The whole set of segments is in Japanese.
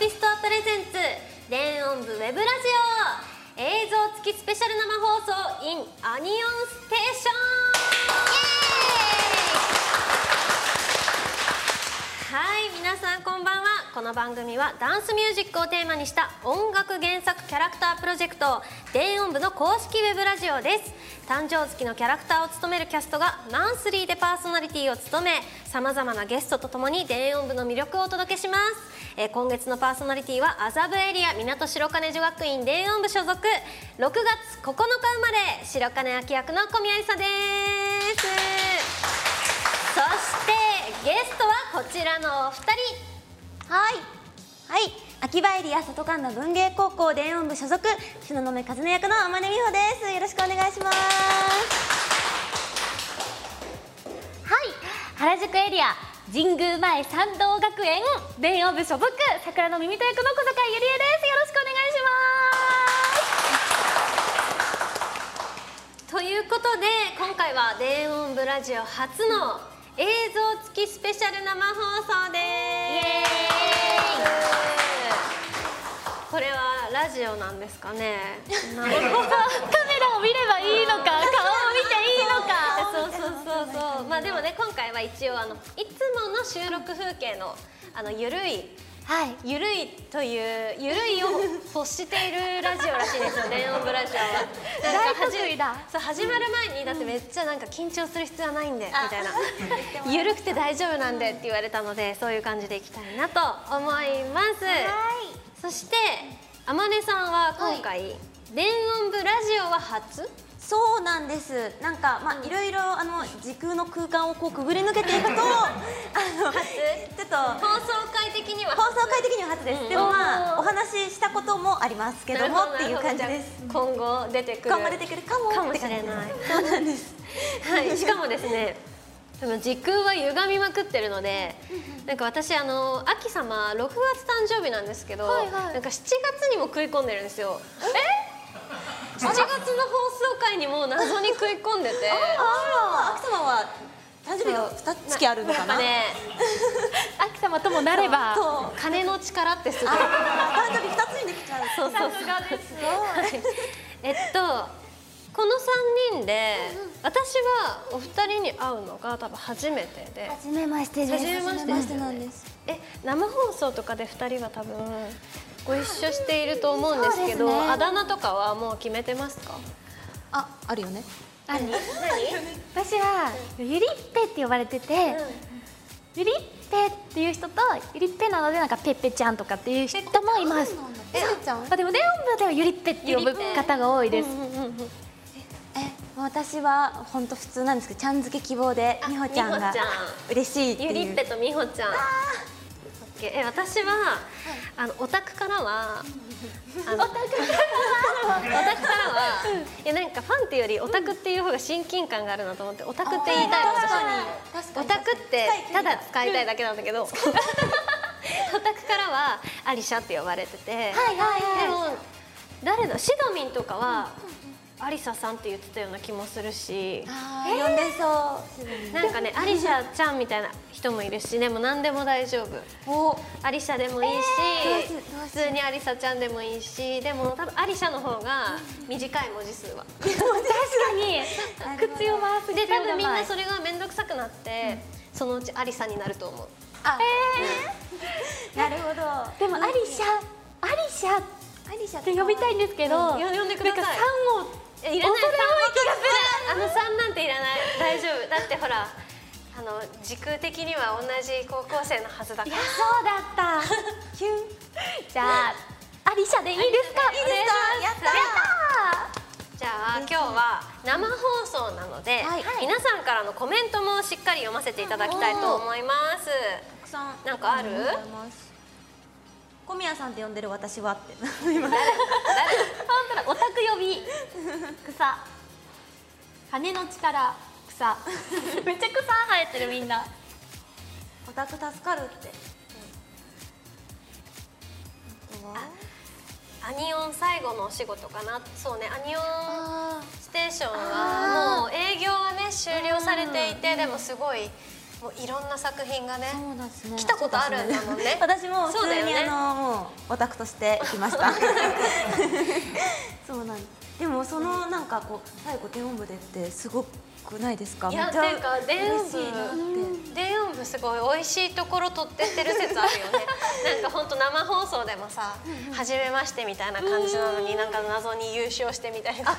ビストプレゼンツ電音部ウェブラジオ映像付きスペシャル生放送 in アニオンステーションはい皆さんこんばんはこの番組はダンスミュージックをテーマにした音楽原作キャラクタープロジェクト電音部の公式ウェブラジオです誕生月のキャラクターを務めるキャストがマンスリーでパーソナリティを務めさまざまなゲストとともに電音部の魅力をお届けします、えー今月のパーソナリティは麻布エリア港白金女学院電音部所属6月9日生まれ白金秋役の小宮伊佐ですそしてゲストはこちらのお二人はい。はい。秋葉エリア里神田文芸高校電音部所属篠宮和音役の天音美穂です。よろしくお願いします。はい原宿エリア神宮前参道学園電音部所属桜の耳と役の小坂ゆりえですよろしくお願いしますということで今回は電音部ラジオ初の映像付きスペシャル生放送ですこれはラジオなんですかね なんかカメラを見ればいいのか顔を見ていいのかそうそうそうそうまあでもね今回は一応あのいつもの収録風景のあのゆるいはいゆるいというゆるいを欲しているラジオらしいですよ電音部ラジオはなんか大得意だそう始まる前にだってめっちゃなんか緊張する必要はないんでみたいな ゆるくて大丈夫なんでって言われたのでそういう感じでいきたいなと思いますそしてあまねさんは今回、電音部ラジオは初そうなんです。なんかまあいろいろあの時空の空間をこうくぐり抜けていくとあのちょっと放送回的には放送回的には初です。でもまあお話ししたこともありますけどもっていう感じです。す今後出てくる頑張れてくるかもかもってしれ感じないです。そうなんですはいしかもですねでも時空は歪みまくってるのでなんか私あの秋様6月誕生日なんですけど、はいはないんか7月にも食い込んでるんですよえ7月の放送回にも謎に食い込んでてあら、秋様は誕生日が二月あるのかやな。っぱね秋様ともなればそう。金の力ってすごいあ誕生日二つにできちゃう。そうそうそうはいえっとこの3人で、私はお二人に会うのが多分初めてで初めましてで初す。めましてですよねなんです。え生放送とかで2人は多分ご一緒していると思うんですけどそうですねあだ名とかはもう決めてますかあ、あるよね。私はゆりっぺって呼ばれてて、ゆりっぺっていう人とゆりっぺなのでなんかぺっぺちゃんとかっていう人もいますえ、ちゃん。まあでも電音部ではゆりっぺって呼ぶ方が多いです、え、私は本当普通なんですけど、ちゃん付け希望で、みほちゃんみほがちゃ嬉しいっていゆう。りっぺとみほちゃん OK え私は、あのオタクからはあのオタクからはオタクからはいやなんかファンっていうよりオタクっていう方が親近感があるなと思ってオタクって言いたいの私は確かオに。タクってただ使いたいだけなんだけど オタクからはアリシャって呼ばれてて、いはいはいでも誰だシドミンとかはアリサさんって言ってたような気もするしあー、呼んでそう。なんかねアリシャちゃんみたいな人もいるしでも何でも大丈夫お、アリシャでもいいし、えーどうしどうし普通にアリサちゃんでもいいしでも多分アリシャの方が短い文字数は。なるほど口を回すで必多要分がみんなないそれが面倒くさくなって、そのうちアリサになると思う。あ、なるほど。アでもアリシャアリシャっリシャて呼びたいんですけど、うん呼んでくださいなんかえいらない3あの3なんていらない大丈夫だってほらあの時空的には同じ高校生のはずだからそうだった。キュン。じゃあ、アリシャでいいですか。いいですかやったーじゃあ今日は生放送なので、はいはい皆さんからのコメントもしっかり読ませていただきたいと思いますたくさんなんかあるりがとうございます小宮さんって呼んでる私はって。 今本当だ、オタク呼び。草。羽の力。草。 めっちゃ草生えてるみんな。オタク助かるって。あとはアニオン最後のお仕事かなそうねアニオンあステーションはもう営業はね終了されていてでもすごいもういろんな作品がねそうなんですね来たことあるんだもんね私も普そう通だよに、ねあのもうオタクとして行きました そうなんですでもそのなんかこう最後電音部でってすごくないですかいやめっちゃっていうか電音部嬉しいなって、電音部すごい美味しいところ取ってってる説あるよねなんかほんと生放送でもさ「初めまして」みたいな感じなのになんか謎に優勝してみたいな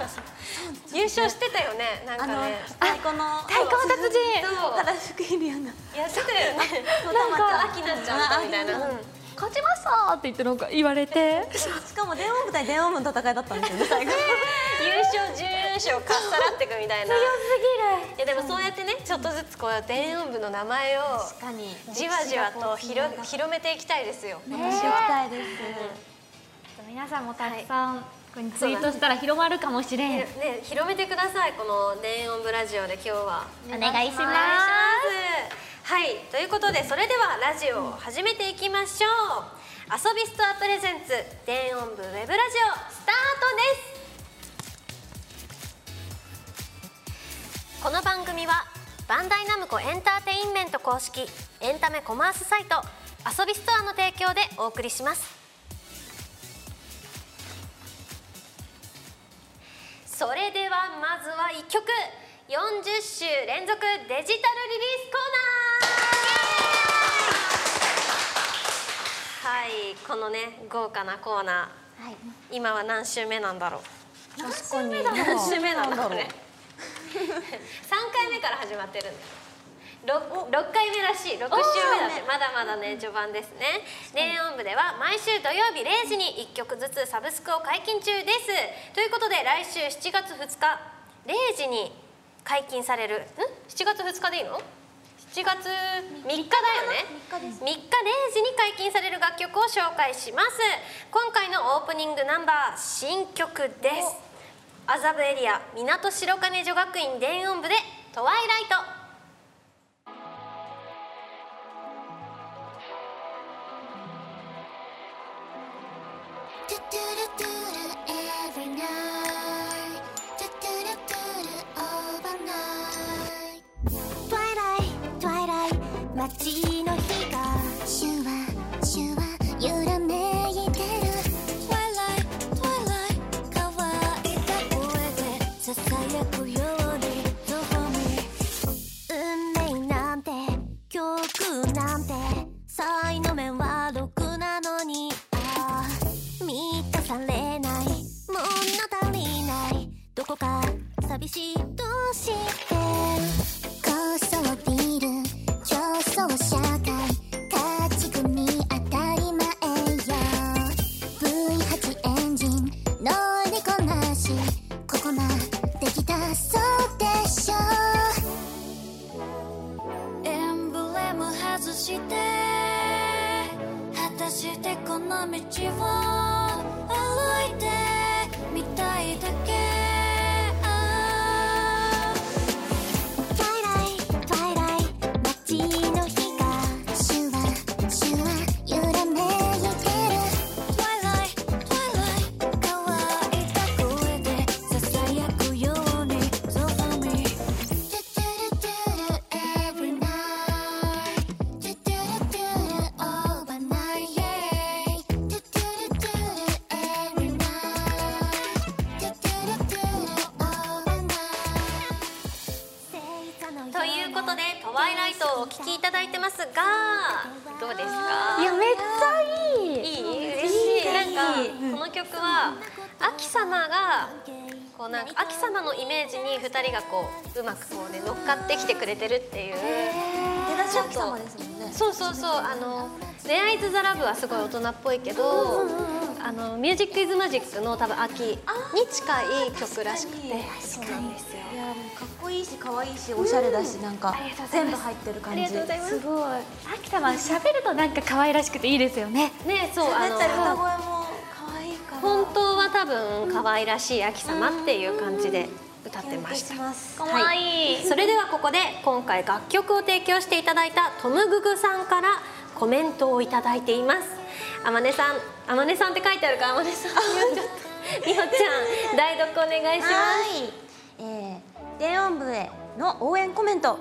優勝してたよねなんかあのね太鼓の太鼓の達人そう原宿エリアのやってたよねなんなんか秋菜ちゃんとみたいなうん勝ちましたーって言ってなんか言われてしかも電音部対電音部の戦いだったんですよ ね最後優勝準優勝かっさらってくみたいな強すぎるいやでもそうやってねちょっとずつこう電音部の名前を確かにじわじわと広広めていきたいですよ、私は行きたいです、皆さんもたくさん、ここにツイートしたら広まるかもしれん、ね広めてくださいこの電音部ラジオで今日はお願いしますお願いしますはいということでそれではラジオを始めていきましょう、遊びストアプレゼンツ電音部ウェブラジオスタートですこの番組はバンダイナムコエンターテインメント公式エンタメコマースサイト遊びストアの提供でお送りしますそれではまずは1曲40週連続デジタルリリースコーナーはいこのね豪華なコーナはい、ー今は何週目なんだろう確かに何週目なんだろう三回目から始まってるんだ六六回目らしい六週目だってまだまだね序盤ですね電音部では毎週土曜日0時に一曲ずつサブスクを解禁中ですということで来週7月2日0時に解禁されるん7月2日でいいの7月3日だよね3日です3日0時に解禁される楽曲を紹介します今回のオープニングナンバー新曲です麻布エリア港白金女学院電音部で「トワイライト」 every night. overnight. Twilight, twilight, 街の日がシュワシュワ揺らめいてる Twilight, twilight 乾いた声でささやくようにどこに運命なんて教訓なんて才の目はろくなのにああ満たされない物足りないどこか寂しいどうして高層ビル競争社会立ち組み当たり前や V8 エンジン乗りこなしここまできたそうでしょエンブレム外して果たしてこの道を歩いてみたいだけ Twilight, Twilight 街の日がシュワシュワ揺らめいてる Twilight, Twilight 乾いた声で囁くように So f me Every night, do do do do overnight, yeah. Do do do do every night, do do do do overnight. ということで「トワイライト」をお聴きいただいてますがどうですかいやめっちゃいいいい嬉しいなんかこの曲は秋様がこうなんか秋様のイメージに2人がこううまくこうね乗っかってきてくれてるっていう出だし秋様ですもんねそうそうそうあの「恋愛ズザラブはすごい大人っぽいけど「あのミュージックイズマジックの多分秋に近い曲らしくて確かにですよいやもうかっこいいし可愛いしおしゃれだし、なんかりがとうござい全ます部入ってる感あじりがとうございますすごい秋田は喋るとなんか可愛らしくていいですよねねそうあ喋ったりの歌声も可愛いから本当は多分可愛らしい秋様っていう感じで歌ってましたお。願いします可愛い、それではここで今回楽曲を提供していただいたトムググさんからコメントをいただいていますあまねさんあまねさんって書いてあるからあまねさんみほちゃん代読お願いしますはい、えー、電音部への応援コメント、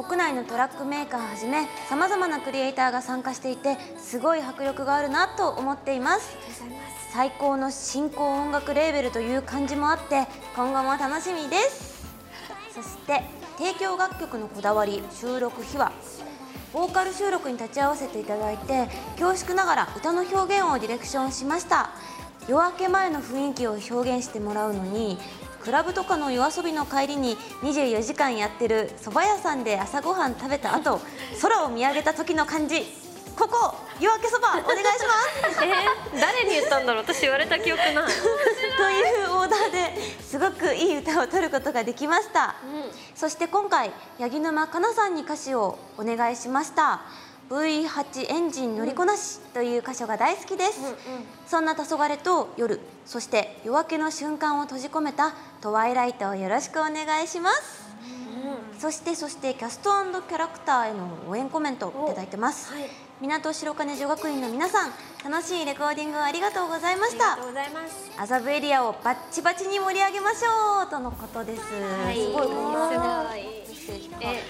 国内のトラックメーカーはじめさまざまなクリエイターが参加していてすごい迫力があるなと思っています最高の新興音楽レーベルという感じもあって今後も楽しみですそして提供楽曲のこだわり収録秘話ボーカル収録に立ち会わせていただいて恐縮ながら歌の表現をディレクションしました夜明け前の雰囲気を表現してもらうのにクラブとかの夜遊びの帰りに24時間やってる蕎麦屋さんで朝ごはん食べた後空を見上げた時の感じここ夜明けそばお願いしま すえー誰に言ったんだろう私言われた記憶ないというオーダーですごくいい歌を取ることができました、そして今回八木沼かなさんに歌詞をお願いしました V8 エンジン乗りこなしという箇所が大好きです、そんな黄昏と夜そして夜明けの瞬間を閉じ込めたトワイライトをよろしくお願いします、そしてそしてキャストキャラクターへの応援コメントをいただいてます、はい港白金女学院の皆さん楽しいレコーディングをありがとうございまあしりたがとうございます麻布エリアをバッチバチに盛り上げましょうとのことです。すごいこんなえ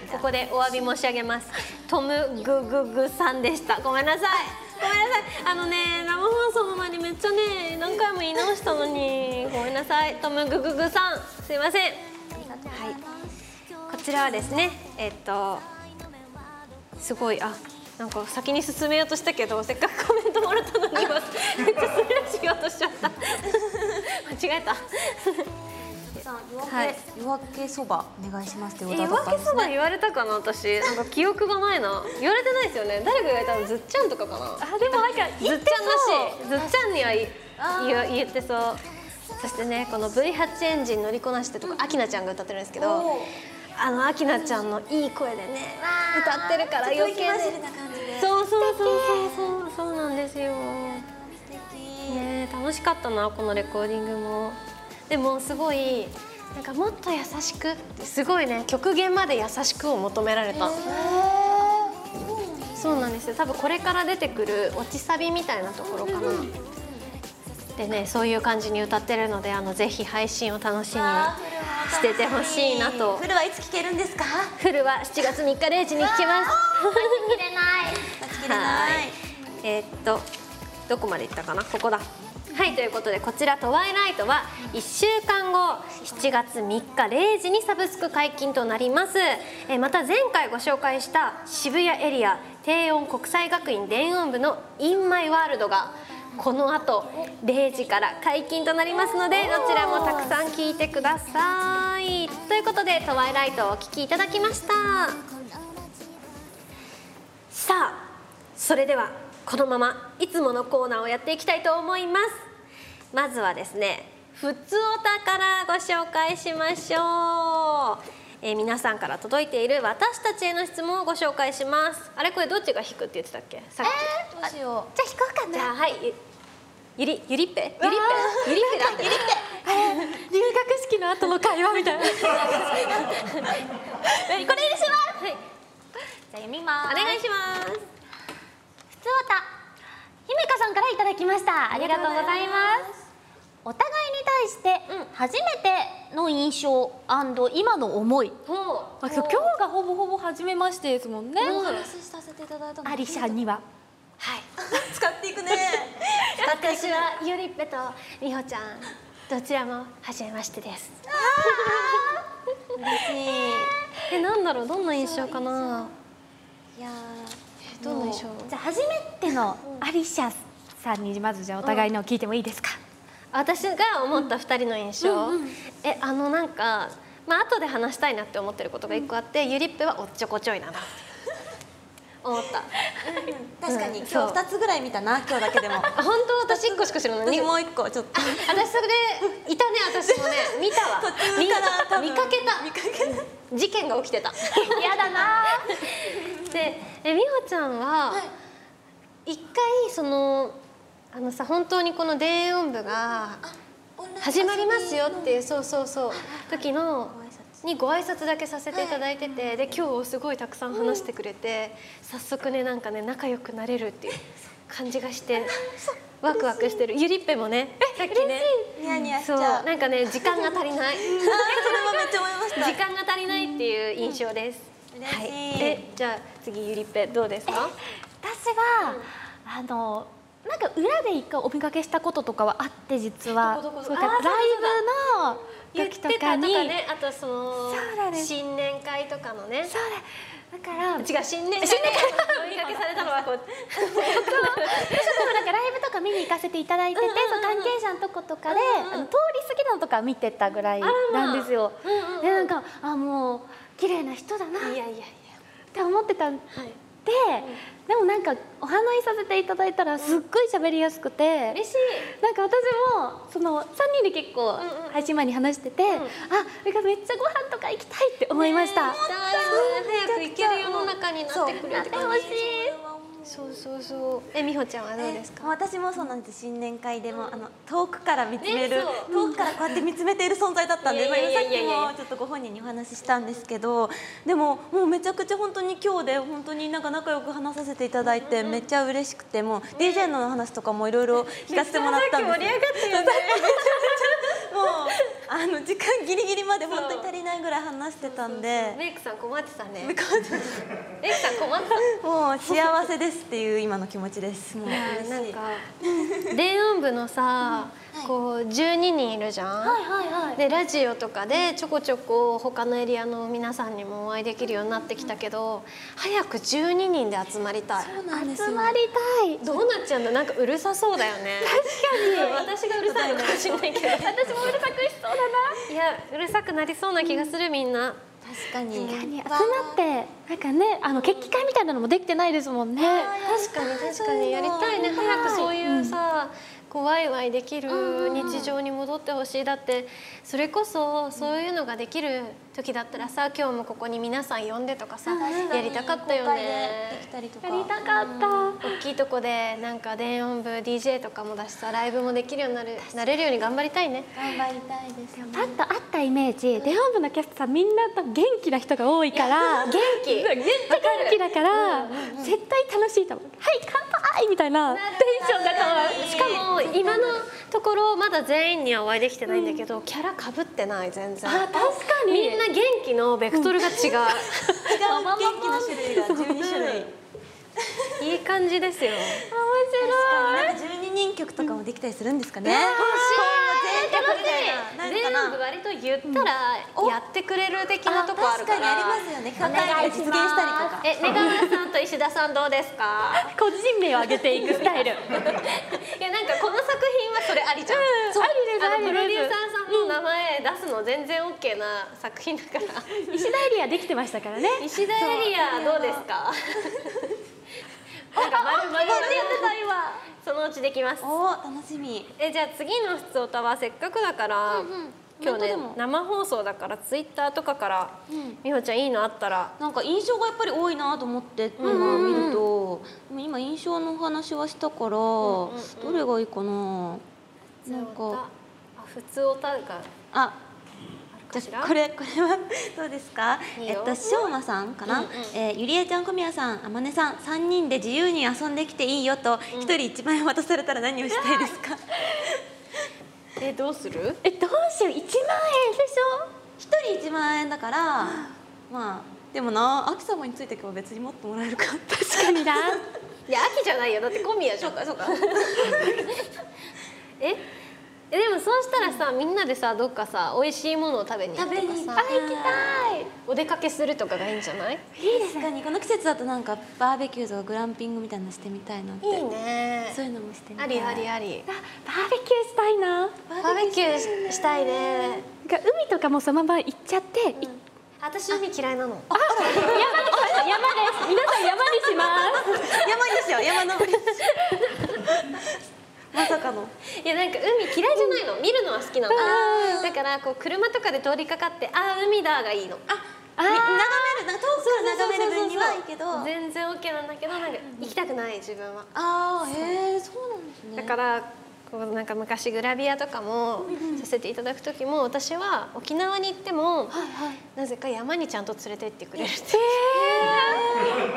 ーここでお詫び申し上げますトムグググさんでしたごめんなさいごめんなさいあのね生放送の前にめっちゃね何回も言い直したのにごめんなさいトムグググさんすいませんはいこちらはですねえっとすごいあなんか先に進めようとしたけどせっかくコメントもらったのに忘れ進めしようとしちゃった 間違えたはい夜明けそばお願いしますってオえーダー夜だっ明けたんですそばね。言われたかな私なんか記憶がないな言われてないですよね誰が言われたのずっちゃんとかかなあでもなんかずっちゃんらしいずっちゃんにはい言言ってそうそしてねこの V8 エンジン乗りこなしてとかあきなちゃんが歌ってるんですけどあのあきなちゃんのいい声でね歌ってるから余計ねそうそうそうそうそうそうなんですよねえ楽しかったなこのレコーディングもでもすごいなんかもっと優しくってすごいね極限まで優しくを求められた、そうなんですよ多分これから出てくる落ちサビみたいなところかな、でねそういう感じに歌ってるのであのぜひ配信を楽しみにしててほしいなとフルはいつ聞けるんですか？フルは7月3日0時に聞けます待ちきれない。えーっとどこまで行ったかなここだはいということでこちら「トワイライト」は1週間後7月3日0時にサブスク解禁となりますえーまた前回ご紹介した渋谷エリア低音国際学院電音部の「InMyWorld」がこの後0時から解禁となりますのでどちらもたくさん聞いてくださいということで「トワイライト」をお聴きいただきましたさあそれではこのままいつものコーナーをやっていきたいと思いますまずはですねふつおたからご紹介しましょうえー皆さんから届いている私たちへの質問をご紹介しますあれこれどっちが引くって言ってたっけさっき、どうしよじゃあ弾こうかじなゃあはいゆゆりゆりっぺゆりっ ぺゆりっぺだって留学式の後の会話み たいなこれにします、はい、じゃあ読みまお願いしますふつおた姫香さんからいただきましたありがとうございますお互いに対して、初めての印象今の思いほうまあ、今日今日がほぼほぼ初めましてですもんね。う。お話しさせていただいたの。アリシャには使ってい くね。私はゆりっぺとみほちゃんどちらも初めましてですえなんだろうどんな印象かないやーどんな印象じゃあ初めてのアリシャさんにまずじゃあお互いのを聞いてもいいですか、私が思った2人の印象、えあのなんかまあ後で話したいなって思ってることが1個あって、ゆりっぺはおっちょこちょいなんだって思った確かに今日そう二つぐらい見たな今日だけでも。あ 本当私1個しか知らない私にもう一個ちょっと。私それいたね私もね見たわ途中から多分見見かけた見かけた事件が起きてたやだなでえ美穂ちゃんは一回そのあのさ本当にこの電音部が始まりますよっていうそうそうそう時のにご挨拶だけさせていただいててで今日すごいたくさん話してくれて早速ねなんかね仲良くなれるっていう感じがしてワクワクしてるゆりっぺもねさっきねニヤニヤしちそうゃう。あーそれなんかね時間が足りないはめっちゃ思いました。時間が足りないっていう印象ですはい嬉しい、えじゃあ次ゆりっぺどうですか私は、あのなんか裏で一回お見かけしたこととかはあって実はどこどこそうだあーそうだライブ言のって時たととかかにねあとそのそうなんです新年会とかのねそうだだから違う新年会新年会 追いかけされたのはこうなんかライブとか見に行かせていただいてて、うんうんうんその関係者のとことかで、うんうんあの通り過ぎたのとか見てたぐらいあらまあなんですよ。うんうんうんでなんかあもう綺麗な人だなっいやいやいやて思ってたんで、はいでもなんかお花見させていただいたらすっごい喋りやすくて、嬉しいなんか私もその3人で結構んうん配信前に話してて、んあなんかめっちゃご飯とか行きたいって思いました。だー早く行ける世の中になってくれなっっててほ感じしい。そうそうそうえみほちゃんはどうですかえ私もそうなんです新年会でも、あの遠くから見つめる、ねそう遠くからこうやって見つめている存在だったんで、いまあやいやさいやいやっきもちょっとご本人にお話ししたんですけどでももうめちゃくちゃ本当に今日で本当になんか仲良く話させていただいて、めっちゃ嬉しくてもう DJ の話とかもいろいろ聞かせてもらったんですよもうあの時間ギリギリまで本当に足りないぐらい話してたんでメイクさん困ってたねメイクさん困ってたもう幸せですっていう今の気持ちですもう嬉しいなんか電音部のさ、こう12人いるじゃん、でラジオとかでちょこちょこ他のエリアの皆さんにもお会いできるようになってきたけど早く12人で集まりたいそうなんですよ集まりたい。どうなっちゃうんだなんかうるさそうだよね確かに 私がうるさいのかもしれないけど私もうるさくしそうだな。 いやうるさくなりそうな気がするみんな確かに集まってなんかねあの決起会みたいなのもできてないですもんね。確かに確かにやりたいね早くそういうさ、こうワイワイできる日常に戻ってほしいだってそれこそそういうのができる時だったらさ今日もここに皆さん呼んでとかさやりたかったよ公開でできね。たりとかやりたかった。大きいとこでなんか電音部 DJ とかも出したライブもできるようになるなれるように頑張りたいね。頑張りたいですよねパッと会ったイメージ、電音部のキャストさんみんな多分元気な人が多いから元気めっちゃ元気だから、絶対楽しいと思うはい乾杯みたいなテンションが多分しかも今のところまだ全員にはお会いできてないんだけど、キャラかぶってない全然あ確かにみんな元気のベクトルが違う、違う元気の種類が12種類いい感じですよ。なんか12人曲とかもできたりするんですかね今後全曲みたいなな全んか部な割と言ったらやってくれる的なとこあるか確かにら。ありますよね考えが実現したりとかえ、根川さんと石田さんどうですか。個人名を上げていくスタイ いルやなんかこの作品はそれありじゃん。そうありですあのありですプロデューサーさんの名前出すの全然オッケーな作品だから。石田エリアできてましたからね石田エリアどうですか。なんか丸々やってた今。そのうちできます。おー楽しみえじゃあ次の「ふつおた」はせっかくだから、今日ね生放送だからツイッターとかから、美穂ちゃんいいのあったらなんか印象がやっぱり多いなと思ってっていうのを見ると、でも今印象のお話はしたから、どれがいいかななんかあふつおたがあかしらこれこれは どうですかいいえっよとしょうまさんかな、えーゆりえちゃん小宮さんあまねさん三人で自由に遊んできていいよと一、人一万円渡されたら何をしたいです かえどうするえどうしよう1万円でし一人一万円だからまあでもなあき様についていけば別にもっともらえるかょ神 だいや秋じゃないよだって小宮じゃんそうかそうか ええでもそうしたらさみんなでさどっかさ美味しいものを食べに行くとかさお出かけするとかがいいんじゃ ない確かにこの季節だとなんかバーベキューとかグランピングみたいなのしてみたいなっていねそういうのもしてみたあいりありありバーベキューしたいななんかバーベキューしたいね海とかもそのまま行っちゃって、い私海嫌いなの山にします山です皆さん山にします山にしよう 山登りまさかのいやなんか海嫌いじゃないの、見るのは好きなのだからこう車とかで通りかかってああ海だがいいの あ眺めるなんか遠くから眺める分にはいいけど全然 OK なんだけどなんか行きたくない自分は、ああへえそうなんですねだからこうなんか昔グラビアとかもさせていただく時も私は沖縄に行っても、なぜか山にちゃんと連れてってくれるって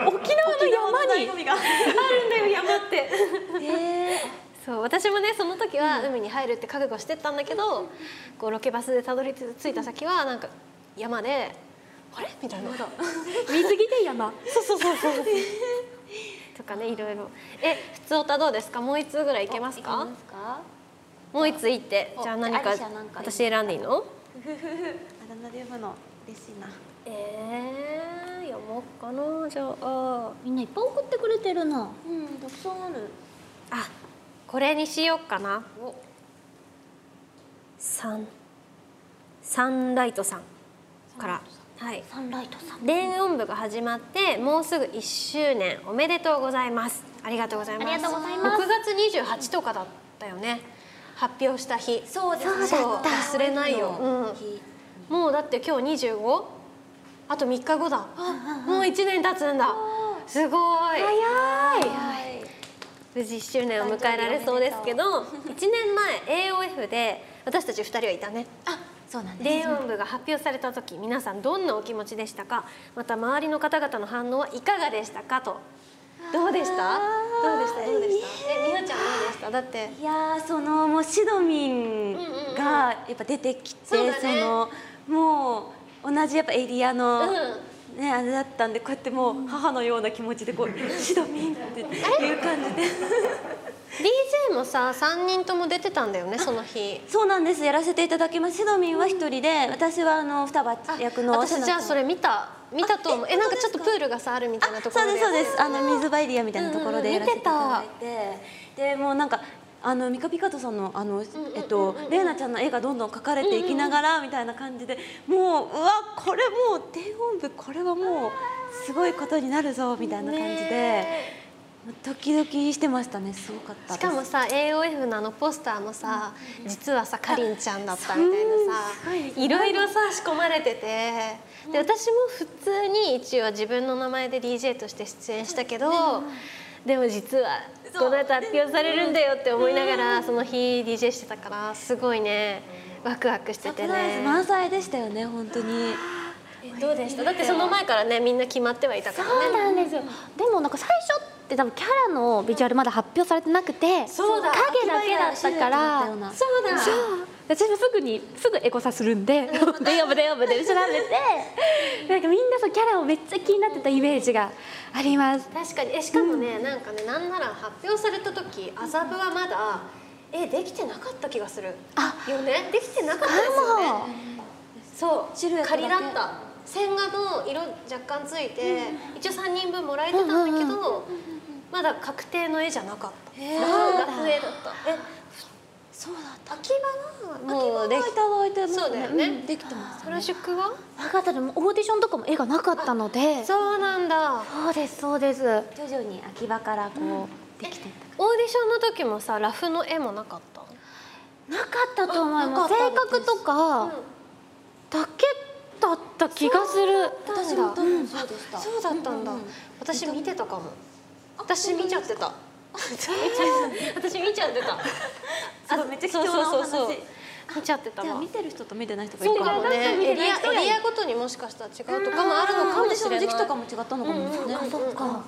沖縄の山に海があるんだよ山って へえそう私もねその時は海に入るって覚悟してったんだけど、こうロケバスでたどり着いた先はなんか山であれみたいな水着で山そうそうそうそうとかねいろいろえ普通おたどうですかもう一通ぐらいいけますかますかもう一通いっておじゃあ何かじゃあアリシャなんか私選んでいいのあだ名で呼ぶの嬉しいなえー、読もうかなじゃあみんないっぱい送ってくれてるなうんたくさんあるあこれにしようかなサンサンライトさんからはいサンライトさん電音部が始まってもうすぐ1周年おめでとうございますありがとうございますありがとうございます6月28とかだったよね発表した日そうですねそう忘れないよ、うん、もうだって今日 25? あと3日後だもう1年経つんだすごい早い無事1周年を迎えられそうですけど1年前 AOF で私たち2人はいたねあそうなんです電音部が発表された時皆さんどんなお気持ちでしたかまた周りの方々の反応はいかがでしたかとどうでしたどうでしたどうでしたえみなちゃんどうでしただっていやーそのもうシドミンがやっぱ出てきて、そうだねそのもう同じやっぱエリアの、うねあれだったんでこうやってもう母のような気持ちでこ うシドミンっていう感じで DJ もさ3人とも出てたんだよねその日そうなんですやらせていただきますシドミンは一人で、私はあの双葉役の私じゃあそれ見た見たと思うあええなんか本ちょっ当ですとかプールがさあるみたいなとこそろでうですそうですあの水場エリアみたいなところでやらせていただいて,、でもうなんかあのミカピカトさんのあの、えっとレイナちゃんの絵がどんどん描かれていきながらみたいな感じで、もううわこれもう低音部これはもうすごいことになるぞみたいな感じでねドキドキしてましたねすごかったしですかもさ AOF のあのポスターもさ、実はさかりんちゃんだったみたいなさ、いろいろさ仕込まれててで私も普通に一応自分の名前で DJ として出演したけど、でも実はこの後発表されるんだよって思いながらその日 DJ してたからすごいねワクワクしてサてプライズね。満載でしたよね本当にどうでしただってその前からねみんな決まってはいたからね。そうなんですよでもなんか最初って多分キャラのビジュアルまだ発表されてなくてそうだ影だけだったから秋葉原シそうだ私もすぐにすぐエゴサするんで「でよぶでよぶ」で調べてなんかみんなそうキャラをめっちゃ気になってたイメージがあります確かにえしかもね、なんかねなんなら発表された時麻布はまだえできてなかった気がするあよねできてなかったですよねそうシルエットだけ仮だった線画の色若干ついて、一応3人分もらえてたんだけど、まだ確定の絵じゃなかったへー学絵だったえそうだった秋葉がもうできいただいてますそうだよねんできてます原宿はなかったでもオーディションとかも絵がなかったのでそそうなんだうですそうですあ徐々に秋葉からこう、できてったオーディションの時もさラフの絵もなかったなかったと思いなかまっすた性格とかだけだった気がする私も多分そうでした、そうだったんだ、私見てたかも私見ちゃってた私見ちゃってた すごいめっちゃ貴重なおそ話うそうそう見ちゃってたじゃあわ見てる人と見てない人がいそるうかかももねねエリアエリアごとにもしかしたら違うとかもあるのかもしれないオーディションの時期とかも違ったのかもですね、うんうんうんそっか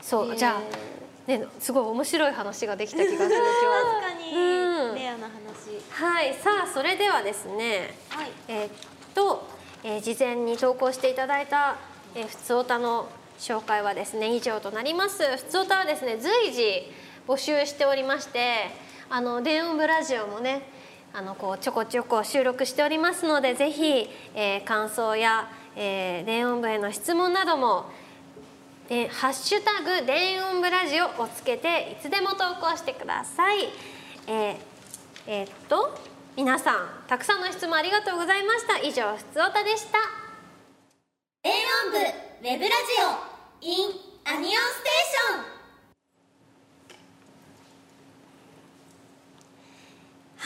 そうじゃあねすごい面白い話ができた気が する今日は確かにうんレアな話はいさあそれではですねはいえーっと、えー事前に投稿していただいた、えー、ふつおたの紹介はですね以上となりますふつおたはですね随時募集しておりましてあの電音部ラジオもねあのこうちょこちょこ収録しておりますのでぜひ、えー感想や、えー電音部への質問などもえーハッシュタグ電音部ラジオ」をつけていつでも投稿してくださいえーえーっと皆さんたくさんの質問ありがとうございました以上「ふつおた」でした電音部ウェブラジオ in アニオンステーション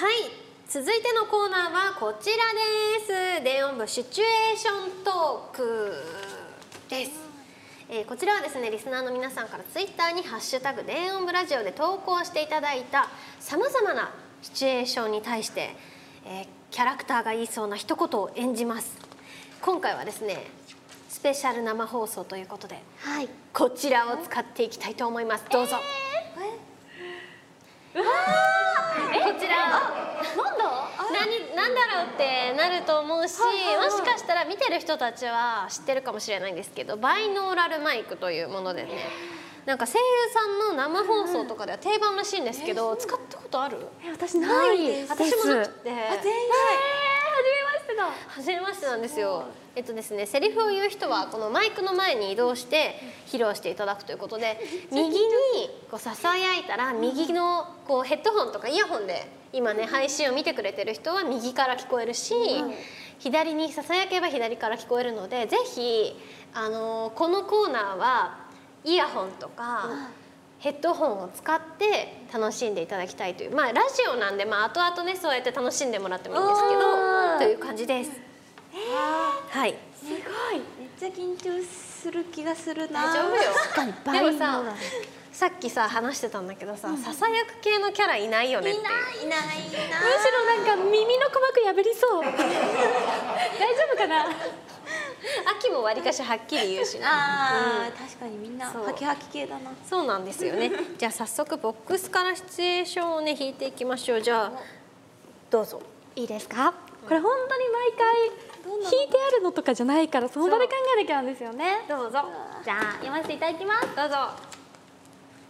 はい続いてのコーナーはこちらです電音部シチュエーショントークです、えーこちらはですねリスナーの皆さんからツイッターに「ハッシュタグ電音部ラジオ」で投稿していただいたさまざまなシチュエーションに対して、えーキャラクターが言いそうな一言を演じます今回はですねスペシャル生放送ということではいこちらを使っていきたいと思いますどうぞ、こちら何だ何何なんだろうってなると思うし、はいはいはいもしかしたら見てる人たちは知ってるかもしれないんですけどバイノーラルマイクというものでねなんか声優さんの生放送とかでは定番らしいんですけど、使ったことあるえ私ないです私もなくて初めまして初めましてなんですよ。えっとですね、セリフを言う人はこのマイクの前に移動して披露していただくということで右にこうささやいたら右のこうヘッドホンとかイヤホンで今ね配信を見てくれてる人は右から聞こえるし左にささやけば左から聞こえるのでぜひ、あのーこのコーナーはイヤホンとか。ヘッドホンを使って楽しんでいただきたいというまあラジオなんで、まあ、後々ねそうやって楽しんでもらってもいいんですけどという感じです。はい。めっちゃ緊張する気がするな大丈夫よ。バイでもさ、さっきさ話してたんだけどさ、ささやく系のキャラいないよねっていう。いないいなむしろなんか耳の鼓膜破りそう大丈夫かな秋もわりかしはっきり言うしな。あー、確かにみんなそうハキハキ系だなそうなんですよね。じゃあ早速ボックスからシチュエーションをね引いていきましょう。じゃあどうぞ。いいですかこれ本当に毎回引いてあるのとかじゃないからその場で考えなきゃなんですよねどうぞ。じゃあ読ませていただきますどうぞ。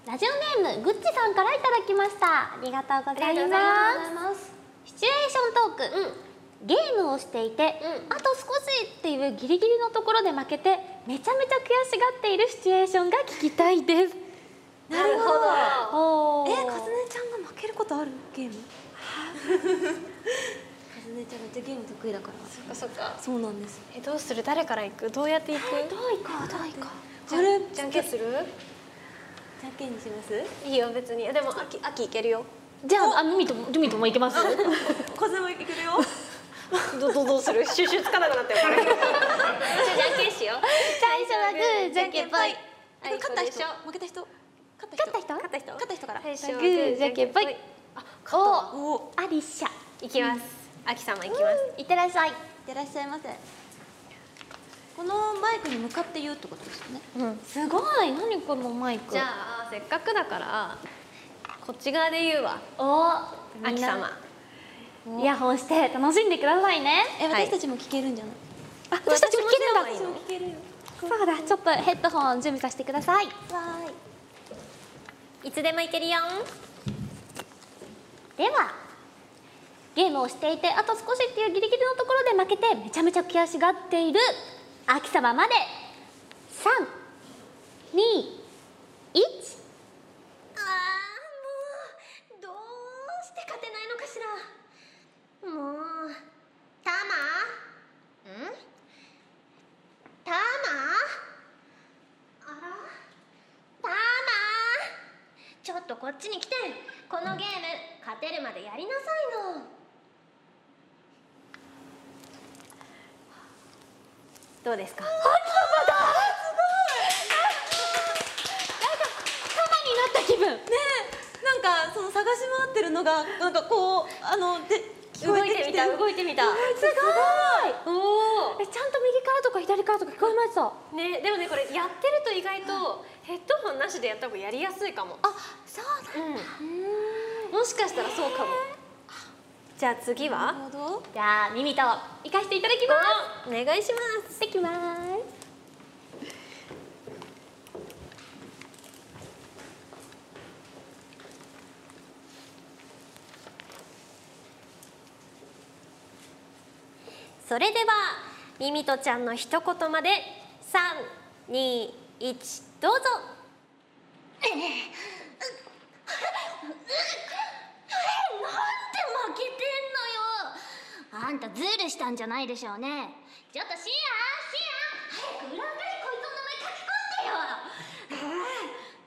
ラジオネームぐっちさんからいただきましたありがとうございますシチュエーショントーク、ゲームをしていて、あと少しっていうギリギリのところで負けてめちゃめちゃ悔しがっているシチュエーションが聞きたいですなるほど。おえー、かずねちゃんが負けることあるゲー ムかずねちゃんめっちゃゲーム得意だからそっか。そうなんですえどうする誰から行くどうやって行く？どういかどういかじゃんじゃんけんする？じゃんけんにしますいいよ別に。でも秋秋いけるよ。じゃああミミとルミとも行けますかずねもいくよどどどうする？収集つかなくなったよ。これじゃあじゃんけんしよ う。最初はグーじゃんけんぽいはい勝った人これでしょ負けた人勝った人勝った人勝った人勝った人から最初はグーじゃんけんぽい。あ、勝ったわ。おおありっしゃいきます。あき様いきます。いってらっしゃいいらっしゃいませこのマイクに向かって言うってことですよねすごい何このマイクじゃあせっかくだからこっち側で言うわ。おあきみん様な。イヤホンして楽しんでくださいねえはい私たちも聞けるんじゃない、あ私たちも聞けるんだ私も聞聞けるよそうだちょっとヘッドホン準備させてくださいわーいいつでもいけるよん。ではゲームをしていてあと少しっていうギリギリのところで負けてめちゃめちゃ悔しがっている秋様まで321あーもうどうして勝てないのかしらもうタマんタマあらタマちょっとこっちに来てこのゲーム勝てるまでやりなさいのどうですか？気分ねえなんかその探し回ってるのがなんかこうあので聞こえてきて動いてみた。すごいおお。えちゃんと右からとか左からとか聞こえましたね、でもねこれやってると意外とヘッドホンなしでやった方がやりやすいかもあそうなんだ、もしかしたらそうかもじゃあ次はなるほどじゃあ耳と行かせていただきますお願いします行ってきますそれではミミトちゃんの一言まで321どうぞなんで負けてんのよあんたズルしたんじゃないでしょうねちょっとシアシア早く裏裏にこいつの名前書き込んでようん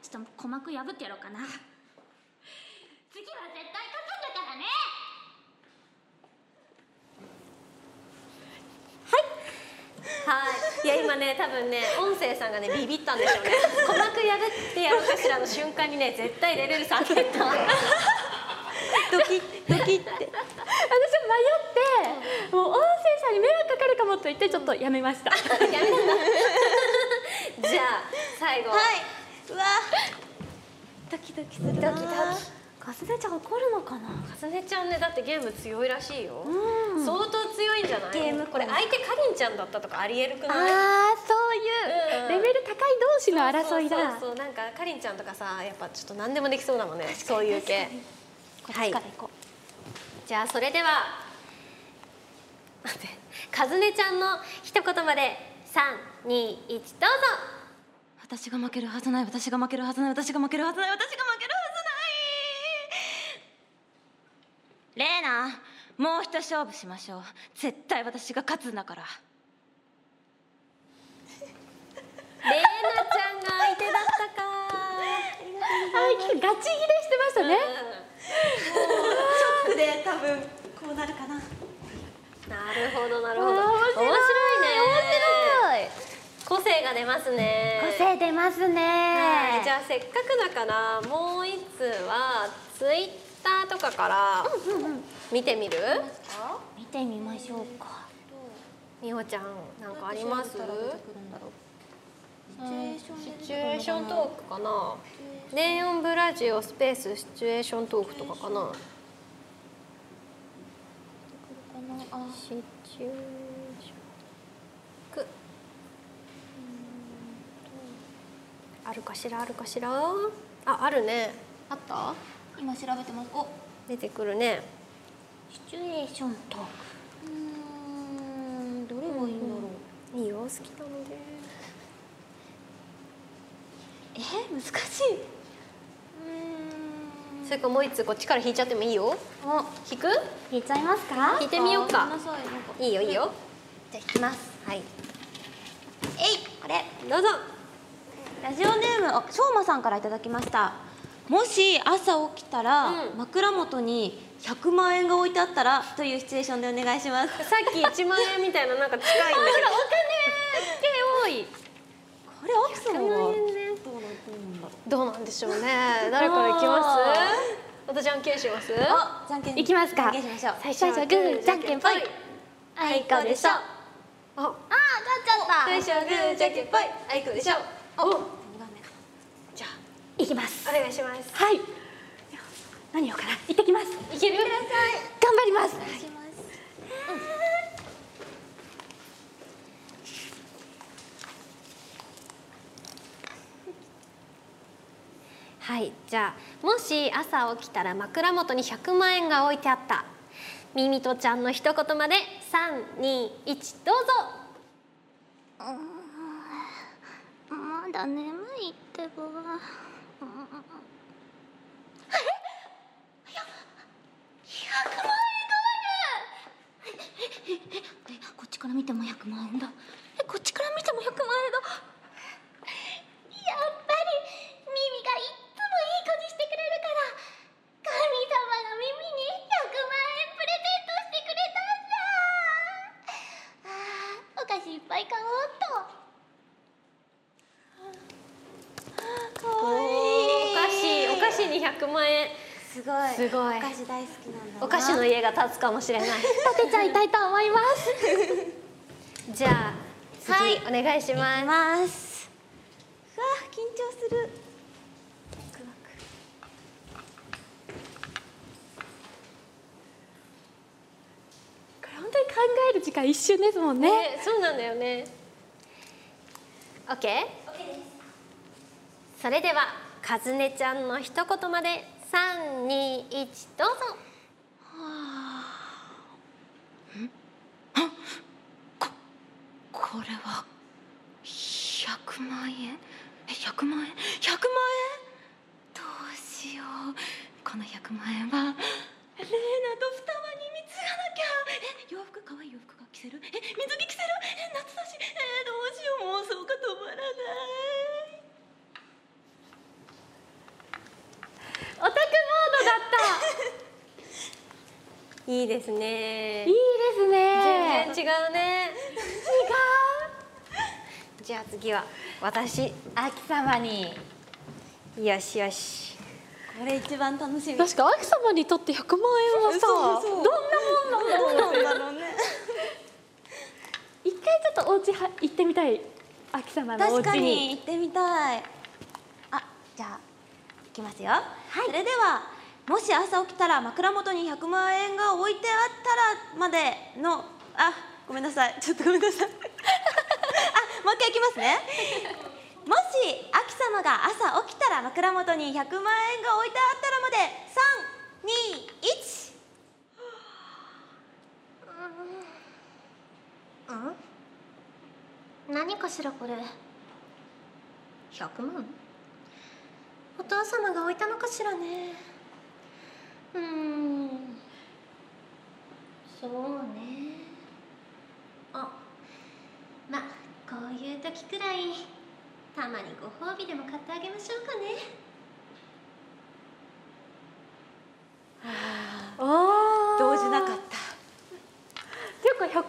ちょっと鼓膜破ってやろうかな次は絶対勝つんだからねはいいや今ね多分ね音声さんがねビビったんでしょうね鼓膜破ってやろうかしらの瞬間にね絶対レベル3だ ったドキッド私迷っキッっててもう音声さんに迷惑かかるかもと言ってちょっとやめましたやめたんだじゃあ最後、はいうわドキドキするなドキドキかすでちゃん怒るのかなかすねちゃんねだってゲーム強いらしいよ、相当強いんじゃないゲームこれ相手かりんちゃんだったとかありえるくあーないそういううんレベル高い同士の争いだそうそうそうなんかかりんちゃんとかさやっぱちょっと何でもできそうだもんねそういう系はいから行こじゃあそれでは待ってかずねちゃんの一言まで321どうぞ私が負けるはずない私が負けるはずない私が負けるはずない私が負けるはずないレーナもう一勝負しましょう絶対私が勝つんだかられいなちゃんが相手だったかうあいきガチギレしてましたね、で多分こうなるかななるほどなるほど面あー面白い白いねい個性が出ますね個性出ますね、はい、じゃあせっかくだからもう一通はツイッターとかから見てみる、見てみましょうかみほちゃんなんかありますうんシチュエーショントークかなレオンブラジオスペースシチュエーショントークとかかなシチュエーションくあるかしらあるかしらああるねあった今調べてますお出てくるねシチュエーショントークうんどれがいいんだろう、いいよ好きなのでえ難しいそれかもう一つこっちから引いちゃってもいいよお引く引いちゃいますか引いてみようかごめんなさいなんかいいよいいよじゃあ引きますはいえいこれどうぞラジオネームあしょうまさんからいただきましたもし朝起きたら、うん枕元に100万円が置いてあったらというシチュエーションでお願いしますさっき1万円みたいななんか近いんだけ多いこれ奥さんは どうなどどうってんだろうなんでしょうね誰から行きます私じゃんけんしますあじゃんけんいきますかじゃんけんしましょう最初はグーじゃんけんぽいあいこでしょあああ勝っちゃった最初はグーじゃんけんぽいあいこでしょおじゃいきますあお願いしますはい何をかな行ってきますいける頑張りますはいじゃあもし朝起きたら枕元に100万円が置いてあったミミトちゃんの一言まで321どうぞまだ眠いってば。こっちから見ても100万円だえこっちから見ても100万円だやっぱりミミがいっつもいい子にしてくれるから神様がミミに100万円プレゼントしてくれたんだあーお菓子いっぱい買おうっとお菓子お菓子に100万円すごすいごいお菓子大好きなんだなお菓子の家が建つかもしれない立てちゃいたいと思いますじゃあ次、お願いしますいますうわ緊張するこれ本当に考える時間一瞬ですもんねね、そうなんだよね。オッケー。それでは、かずねちゃんの一言まで、三二一、どうぞ。これは100万円え100万円100万円どうしようこの100万円はレーナと双葉に貢がなきゃえ洋服かわいい洋服が着せるえ水着着せるえ夏だしえどうしよう妄想が止まらないオタクモードだっ いいですねたいい。ですね全然違うね。違う。じゃあ、次は、私。秋様によしよし。これ一番楽しみ確か秋様にとって100万円はさそうそどんうなもんなのうだろうね一回ちょっとお家は行ってみたい秋様のお確か家にに行ってみたいあじゃあ行きますよ、それではもし朝起きたら枕元に100万円が置いてあったらまでのあごめんなさいちょっとごめんなさい あもう一回いきますねもし秋様が朝起きたら枕元に100万円が置いてあったらまで321何かしらこれ100万お父様が置いたのかしらねうーんそうねあまあこういう時くらいたまにご褒美でも買ってあげましょうかね動じなかったていうか100万円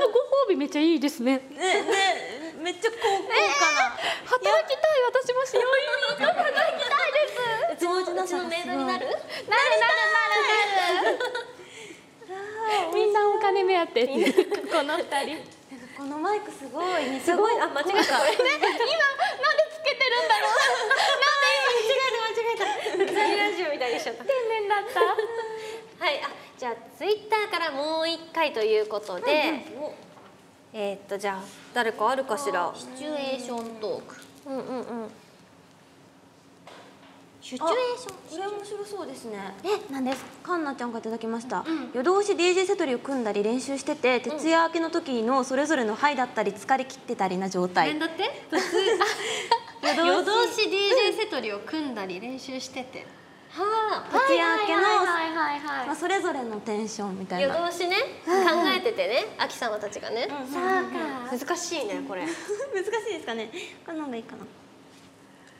のご褒美めっちゃいいですねねねめっちゃ高校かな、働きたい私もしようよ働きたいですえー、動じなさがすごいなるなるなるなるみんなお金目当てっていうこの二人このマイクすごい似てすごいあ間違えたなんでつけてるんだろ間違えた間違えたラジオみたいにしちゃったう天然だったはい、あ、じゃあツイッターからもう一回ということで、えーっとじゃあ誰かあるかしら。シチュエーショントークうんうんうん。シチュエーションこれ面白そうですねえなんですカンナちゃんがいただきました、夜通し DJ セトリを組んだり練習してて徹夜明けの時のそれぞれのハイだったり疲れ切ってたりな状態だって？ 夜通し DJ セトリを組んだり練習してて。はあ、徹夜明けの、いはいはいまあ、それぞれのテンションみたい夜な通しね考えててね、秋様たちがね。そうか難しいねこれ。難しいですかねこんなのがいいかな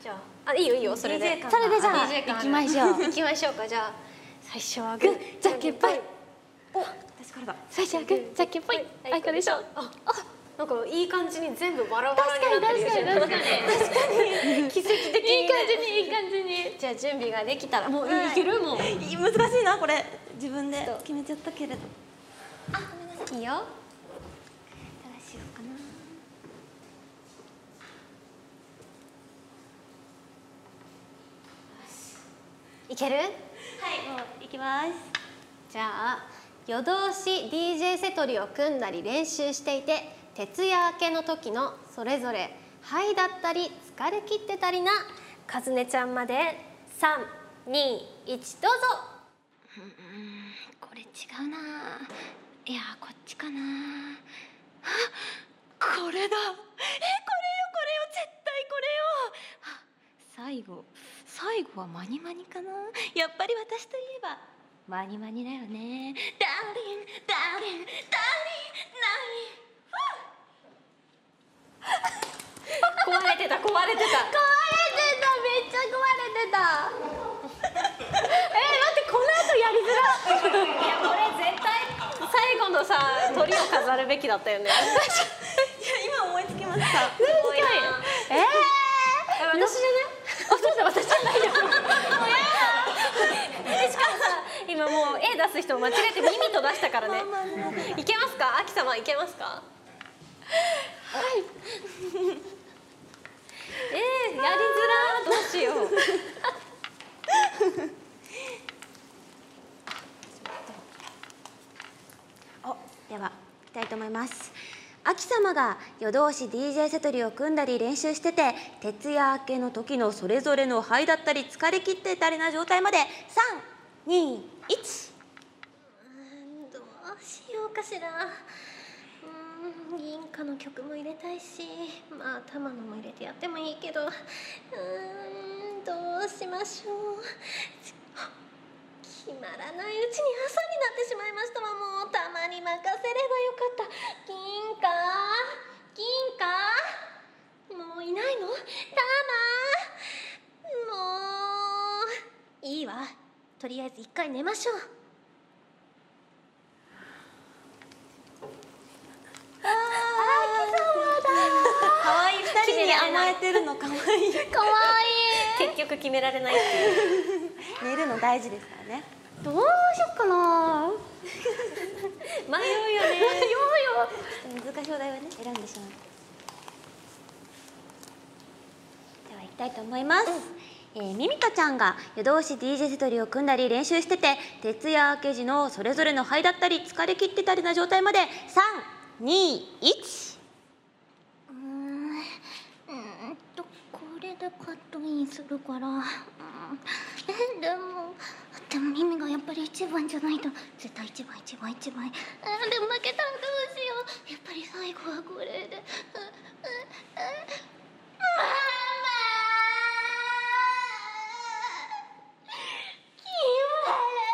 じゃあ、あいいよいいよそれで。 DJ 感それでじゃあ DJ 感ある行きましょう行きましょうかじゃあ最初はグーじゃけんぽい。私からだ最初はグーじゃんけんぽいあいこでしょあ、なんかいい感じに全部バラバラ確かにになってるよ確かに確かに奇跡的に、ね、いい感じにいい感じにじゃあ準備ができたらもういけるもん、い難しいなこれ自分で決めちゃったけれどあごめんなさいいいよどうしようかないけるはいもういきますじゃあ夜通し DJ セトリを組んだり練習していて徹夜明けの時のそれぞれはいだったり疲れ切ってたりなかずねちゃんまで321どうぞこれ違うなあいやこっちかなああこれだえこれよこれよ絶対これよあ最後最後はマニマニかなやっぱり私といえばマニマニだよねダーリンダーリンダーリン壊れてた壊れてた壊れてためっちゃ壊れてたえー、待ってこの後やりづらいやこれ絶対最後のさ鳥を飾るべきだったよね今思いつきました確か えに私じゃないー、お父さん私じゃないよしかもさ今もう絵出す人を間違えて耳と出したからねいけますか秋様いけますかはい えー、やりづらーどうしよおでは行きたいと思います秋様が夜通し DJ セトリを組んだり練習してて徹夜明けの時のそれぞれの肺だったり疲れ切ってたりな状態まで321どうしようかしらうーん銀貨の曲も入れたいしまあ玉野も入れてやってもいいけどうーんどうしましょうちあ決まらないうちに朝になってしまいましたわもうたまに任せればよかった銀貨銀貨もういないの玉もういいわとりあえず一回寝ましょう可愛い二人に甘えてるの可愛いかわう結局決められないっていう 寝るの大事ですからねいいどうしよっかな迷うよね 迷うよ難しいお題をね選んでしまうでは行きたいと思います、えー、ミミトちゃんが夜通し DJ セトリを組んだり練習してて徹夜明け時のそれぞれの肺だったり疲れ切ってたりな状態まで321うーんうーんとこれでカットインするから、うん、えでもでもミミがやっぱり一番じゃないと絶対一番一番一番えでも負けたらどうしようやっぱり最後はこれで、うんうんうん、ママ決まらないよ。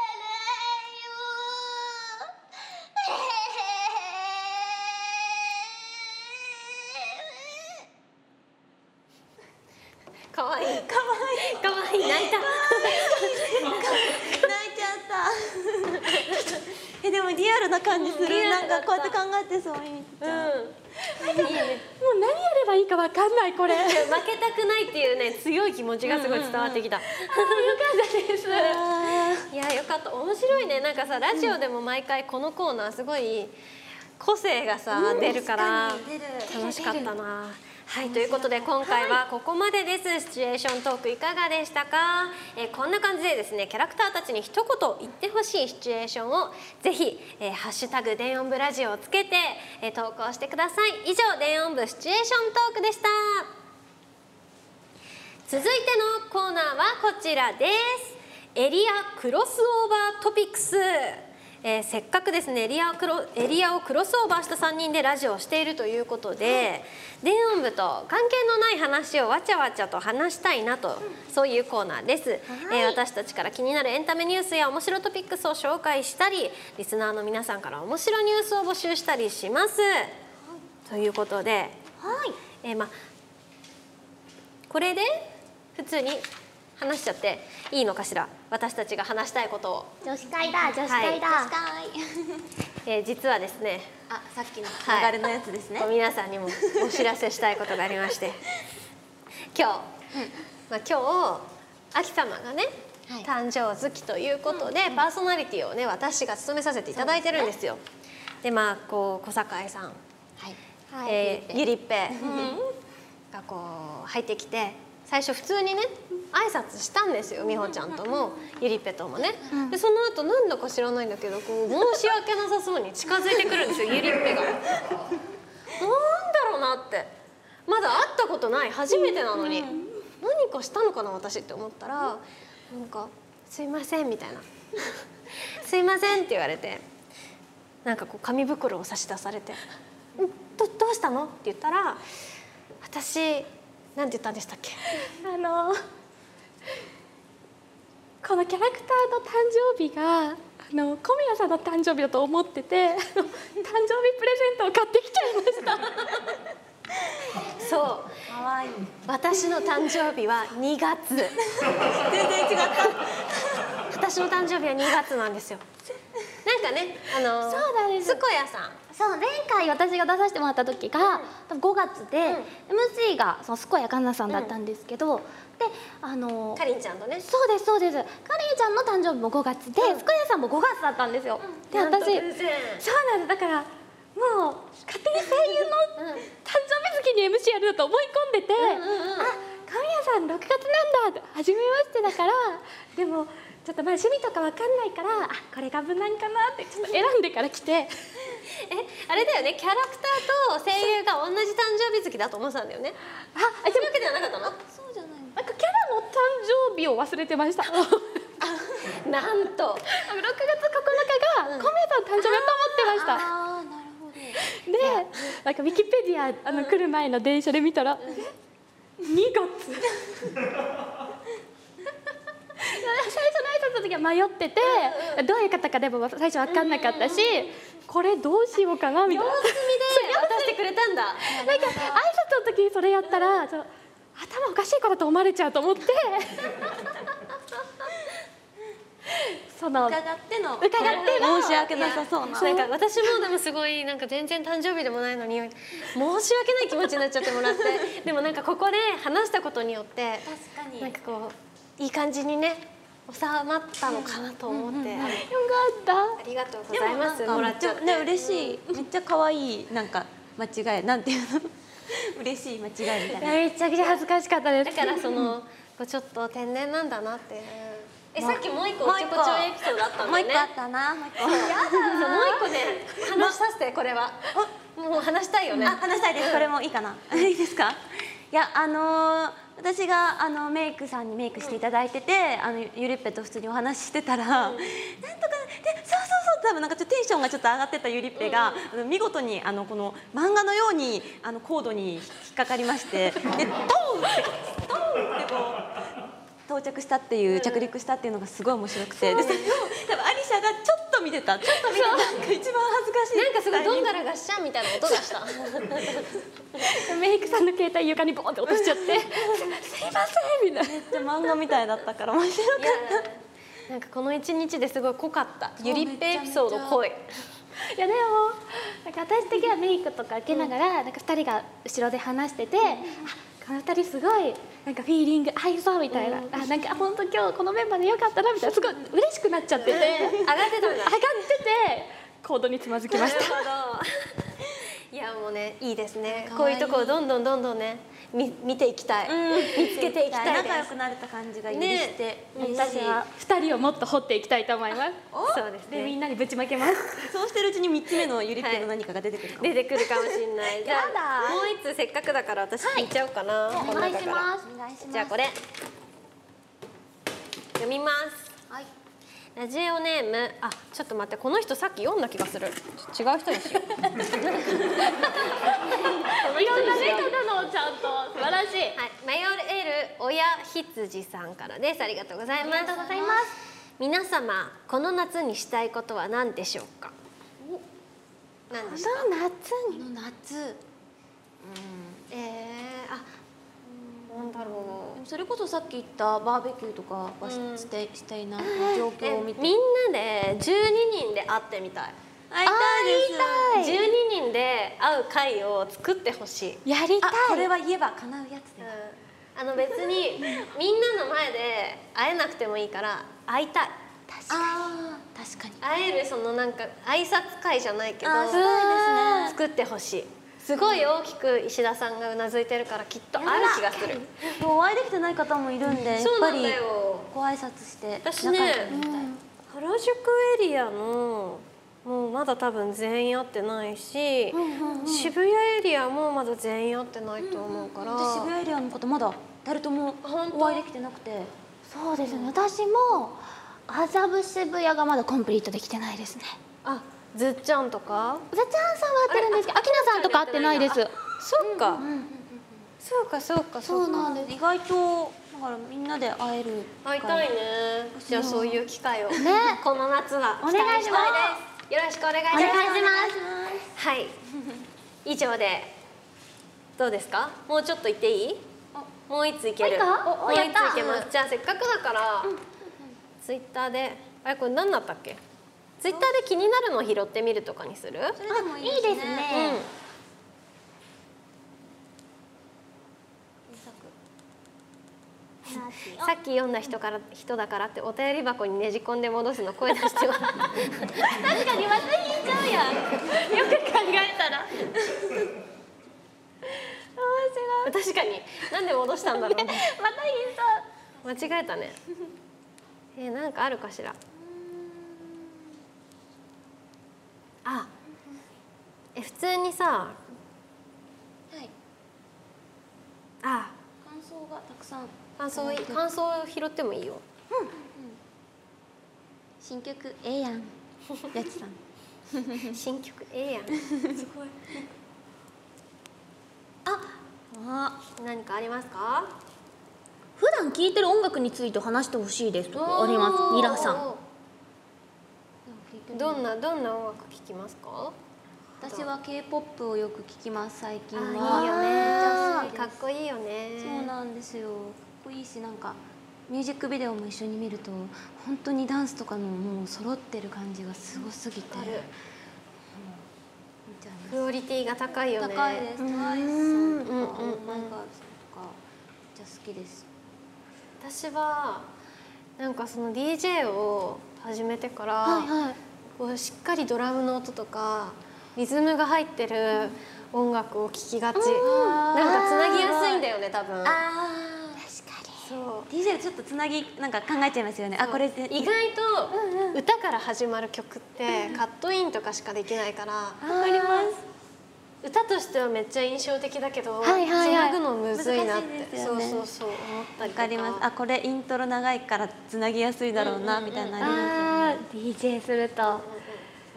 可愛い可愛い可愛い泣いた。泣いちゃった えでもリアルな感じする、リアなんルだかったこうやって考えてそうミミトちゃん、うん。いいね。もう何やればいいかわかんないこれ。よか 負けたくないっていうね強い気持ちがすごい伝わってきた。ったです。あいやよかった面白いねなんかさラジオでも毎回このコーナーすごい個性がさ、出るからー出る楽しかったな。はいということで今回はここまでです、シチュエーショントークいかがでしたか、えーこんな感じでですねキャラクターたちに一言言ってほしいシチュエーションをぜひ、えーハッシュタグ電音部ラジオ」をつけて、えー投稿してください以上電音部シチュエーショントークでした続いてのコーナーはこちらですエリアクロスオーバートピックスえーせっかくですねエリアをクロエリアをクロスオーバーした3人でラジオをしているということで、電音部と関係のない話をわちゃわちゃと話したいなと、そういうコーナーです、えー私たちから気になるエンタメニュースや面白トピックスを紹介したりリスナーの皆さんから面白ニュースを募集したりします。ということで、えーまあこれで普通に話しちゃっていいのかしら私たちが話したいことを、女子会だ女子はい会だ、えー実はですね、さっきのはい流れのやつですね、皆さんにもお知らせしたいことがありま して今日、まあ、今日秋様がね、はい誕生月ということで、パーソナリティをね私が務めさせていただいてるんですよ。でまあこう小堺さんはいえーゆりっぺがこう入ってきて最初普通にね挨拶したんですよ美穂ちゃんともゆりっぺともねでその後なんだか知らないんだけどこう申し訳なさそうに近づいてくるんですよゆりっぺが。なんだろうなってまだ会ったことない初めてなのに何かしたのかな私って思ったらなんか「すいません」みたいな 「すいません」って言われてなんかこう紙袋を差し出されて「んどどうしたの?」って言ったら「私なんて言ったんでしたっけ?あのこのキャラクターの誕生日があの小宮さんの誕生日だと思っててあの誕生日プレゼントを買ってきちゃいました」そう可愛い私の誕生日は2月全然違った私の誕生日は2月なんですよなんかねあのそうなんですすこやさんそう前回私が出させてもらった時が多分5月で、MC がそのスコヤカンナさんだったんですけど、であのかりんちゃんとねそうですそうですカレンちゃんの誕生日も5月で、スコヤさんも5月だったんですよ、でなんと私偶然そうなんですだからもう勝手に声優の誕生日月に MC やるだと思い込んでて、あ神谷さん6月なんだって初めましてだからでもちょっとまあ趣味とかわかんないからあこれが無難かなってちょっと選んでから来てえあれだよねキャラクターと声優が同じ誕生日月だと思ってたんだよねあでもそういうわけではなかったのそうじゃないなんかキャラの誕生日を忘れてました あ6月9なんと日が神谷さんの誕生日だと思ってました、ああなるほどでなんかウィキペディアあの来る前の電車で見たら「え2月」 最初の挨拶の時は迷ってて、どういう方かでも最初分かんなかったし、これどうしようかなみたいな隅で渡してくれたんなだんか挨拶の時にそれやったらちょっと頭おかしい子だと思われちゃうと 思ってその伺っての伺っての申し訳なさそうななんか私もでもすごいなんか全然誕生日でもないのに申し訳ない気持ちになっちゃってもらってでもなんかここで話したことによって確かになんかこういい感じにね収まったのかなと思って、あよかっりがとうございますでももらなんっかちゃって、ね嬉しいめっちゃ可愛いなんか間違いなんていうの 嬉しい間違いみたいたなめちゃくちゃ恥ずかしかったですだからその こうちょっと天然なんだなっていうえまさっきもう一個もおうち一ょ個こちょいエピソードあったんもうだよ一ね個あったなもう一そ個うもう一個ね話させてこれはあもう話したいよねあ話したいですこれもいいかないいですかいやあのー私があのメイクさんにメイクしていただいてて、あのゆりっぺと普通にお話ししてたら、なんとかでそうそうそう多分なんかちょっとテンションがちょっと上がってたゆりっぺが、あの見事にあのこの漫画のようにあのコードに引っかかりましてでドーンってドーンってこう到着したっていう着陸したっていうのがすごい面白くて、でそれを多分アリシャがちょっと見てたちょっと見てたなんか一番恥ずかしいなんかすごいどんタイミングがらがっしゃんみたいな音がしたメイクさんの携帯床にボンって落としちゃってすいませんみたいなめっちゃ漫画みたいだったから面白かっいやなんかこの一日ですごい濃かったゆりっぺエピソード濃いいやでもなんか私的にはメイクとか受けながら、なんか2人が後ろで話してて、あこの2人すごいなんかフィーリング合いそうみたいな、あなんか本当今日このメンバーでよかったなみたいなすごい嬉しくなっちゃってて、上がってたん上だがっててコードにつまずき ましたいやもうねいいですねこういうとこをどんどんどんどんねみ見ていきたい、見つけていきたいです仲良くなれた感じが許して、ね嬉し私いは2人をもっと掘っていきたいと思いますそうですでみねんなにぶちま けますそうしてるうちに3つ目のゆりっぺの何かが出てくるかも、出てくるかもしんないじゃやだあもう一つせっかくだから私聞いちゃおうかな、お願いしすますお願いしますじゃあこれ読みます。はい。ラジオネームあちょっと待ってこの人さっき読んだ気がする。ちょ違う人にしよう。いろんなね方のちゃんと素晴らしいはいマヨエル親羊さんからです。ありがとうございます。ありがとうございます。皆様この夏にしたいことは何でしょうか。何でしょう。夏にの夏えー、あなんだろう。それこそさっき言ったバーベキューとかはし,、うんてしていない状え況をみ見んてなで12人で会ってみたい。会いたいです12人で会う会を作ってほしい。やりたいあこれは言えば叶うやつだようんあの別にみんなの前で会えなくてもいいから会いたいあー確かに会えるそのなんか挨拶会じゃないけどあーしたいですね作ってほしいすごい大きく石田さんがうなずいてるからきっとある気がするでもお会いできてない方もいるんで、やっそうぱなんりだよご挨拶して私仲ね良くなりたい、原宿エリアのもうまだ多分全員会ってないし、渋谷エリアもまだ全員会ってないと思うから、私渋谷エリアの方まだ誰とも本当お会いできてなくてそうですね私も麻布渋谷がまだコンプリートできてないですねあずっちゃんとかザチャンさんは会ってるんですけどアキナさんとか会ってないですそっか、そうかそうかそうかなんです意外とだからみんなで会える会いたいね。じゃあそういう機会を、ね、この夏はお願い期待ししますたいです。よろしくお願いしおます。願いしますす。はい。以上でどうですか？もうちょっと行っていい？もう一つ行ける。もう一個もおう一やったつ行けます。じゃあせっかくだから、ツイッターであれこれ何だったっけ？ツイッターで気になるの拾ってみるとかにする？それでもいいいいですね、さっき読んだ人から人だからってお便り箱にねじ込んで戻すの声出してます。確かにまた引いちゃうやんよく考えたら確かになんで戻したんだろう また引いちゃう間違えたねえーなんかあるかしらあえ普通にさはいあ感想がたくさん感想い感想を拾ってもいい よ新曲ええやんやちさん新曲ええやあん何かありますか普段聴いてる音楽について話してほしいですとかありますニラさんんどんなどんな音楽聴きますか私は K-POP をよく聴きます最近あはーいいよねめっちかゃっ好きこいいよねですそうなんですよかっこいいしなんかミュージックビデオも一緒に見ると本当にダンスとかのもう揃ってる感じがすごすぎてある見ちゃいますクオリティが高いよね高いです。高いです。とか、うんうんオーマイガールズとか、じゃ好きです。私はなんかその DJ を始めてから、はい。こうしっかりドラムの音とかリズムが入ってる音楽を聴きがち、なんかつなぎやすいんだよね多分ああ、そうそう TCL ちょっとつなぎなんか考えちゃいますよねあこれで意外と歌から始まる曲ってカットインとかしかできないから、わかります歌としてはめっちゃ印象的だけど、はいはいはいつなぐのむずいなって、難しいですそようねそうそう思ったわりとかかりますあこれイントロ長いからつなぎやすいだろうなみたいなのありますあー DJ するとす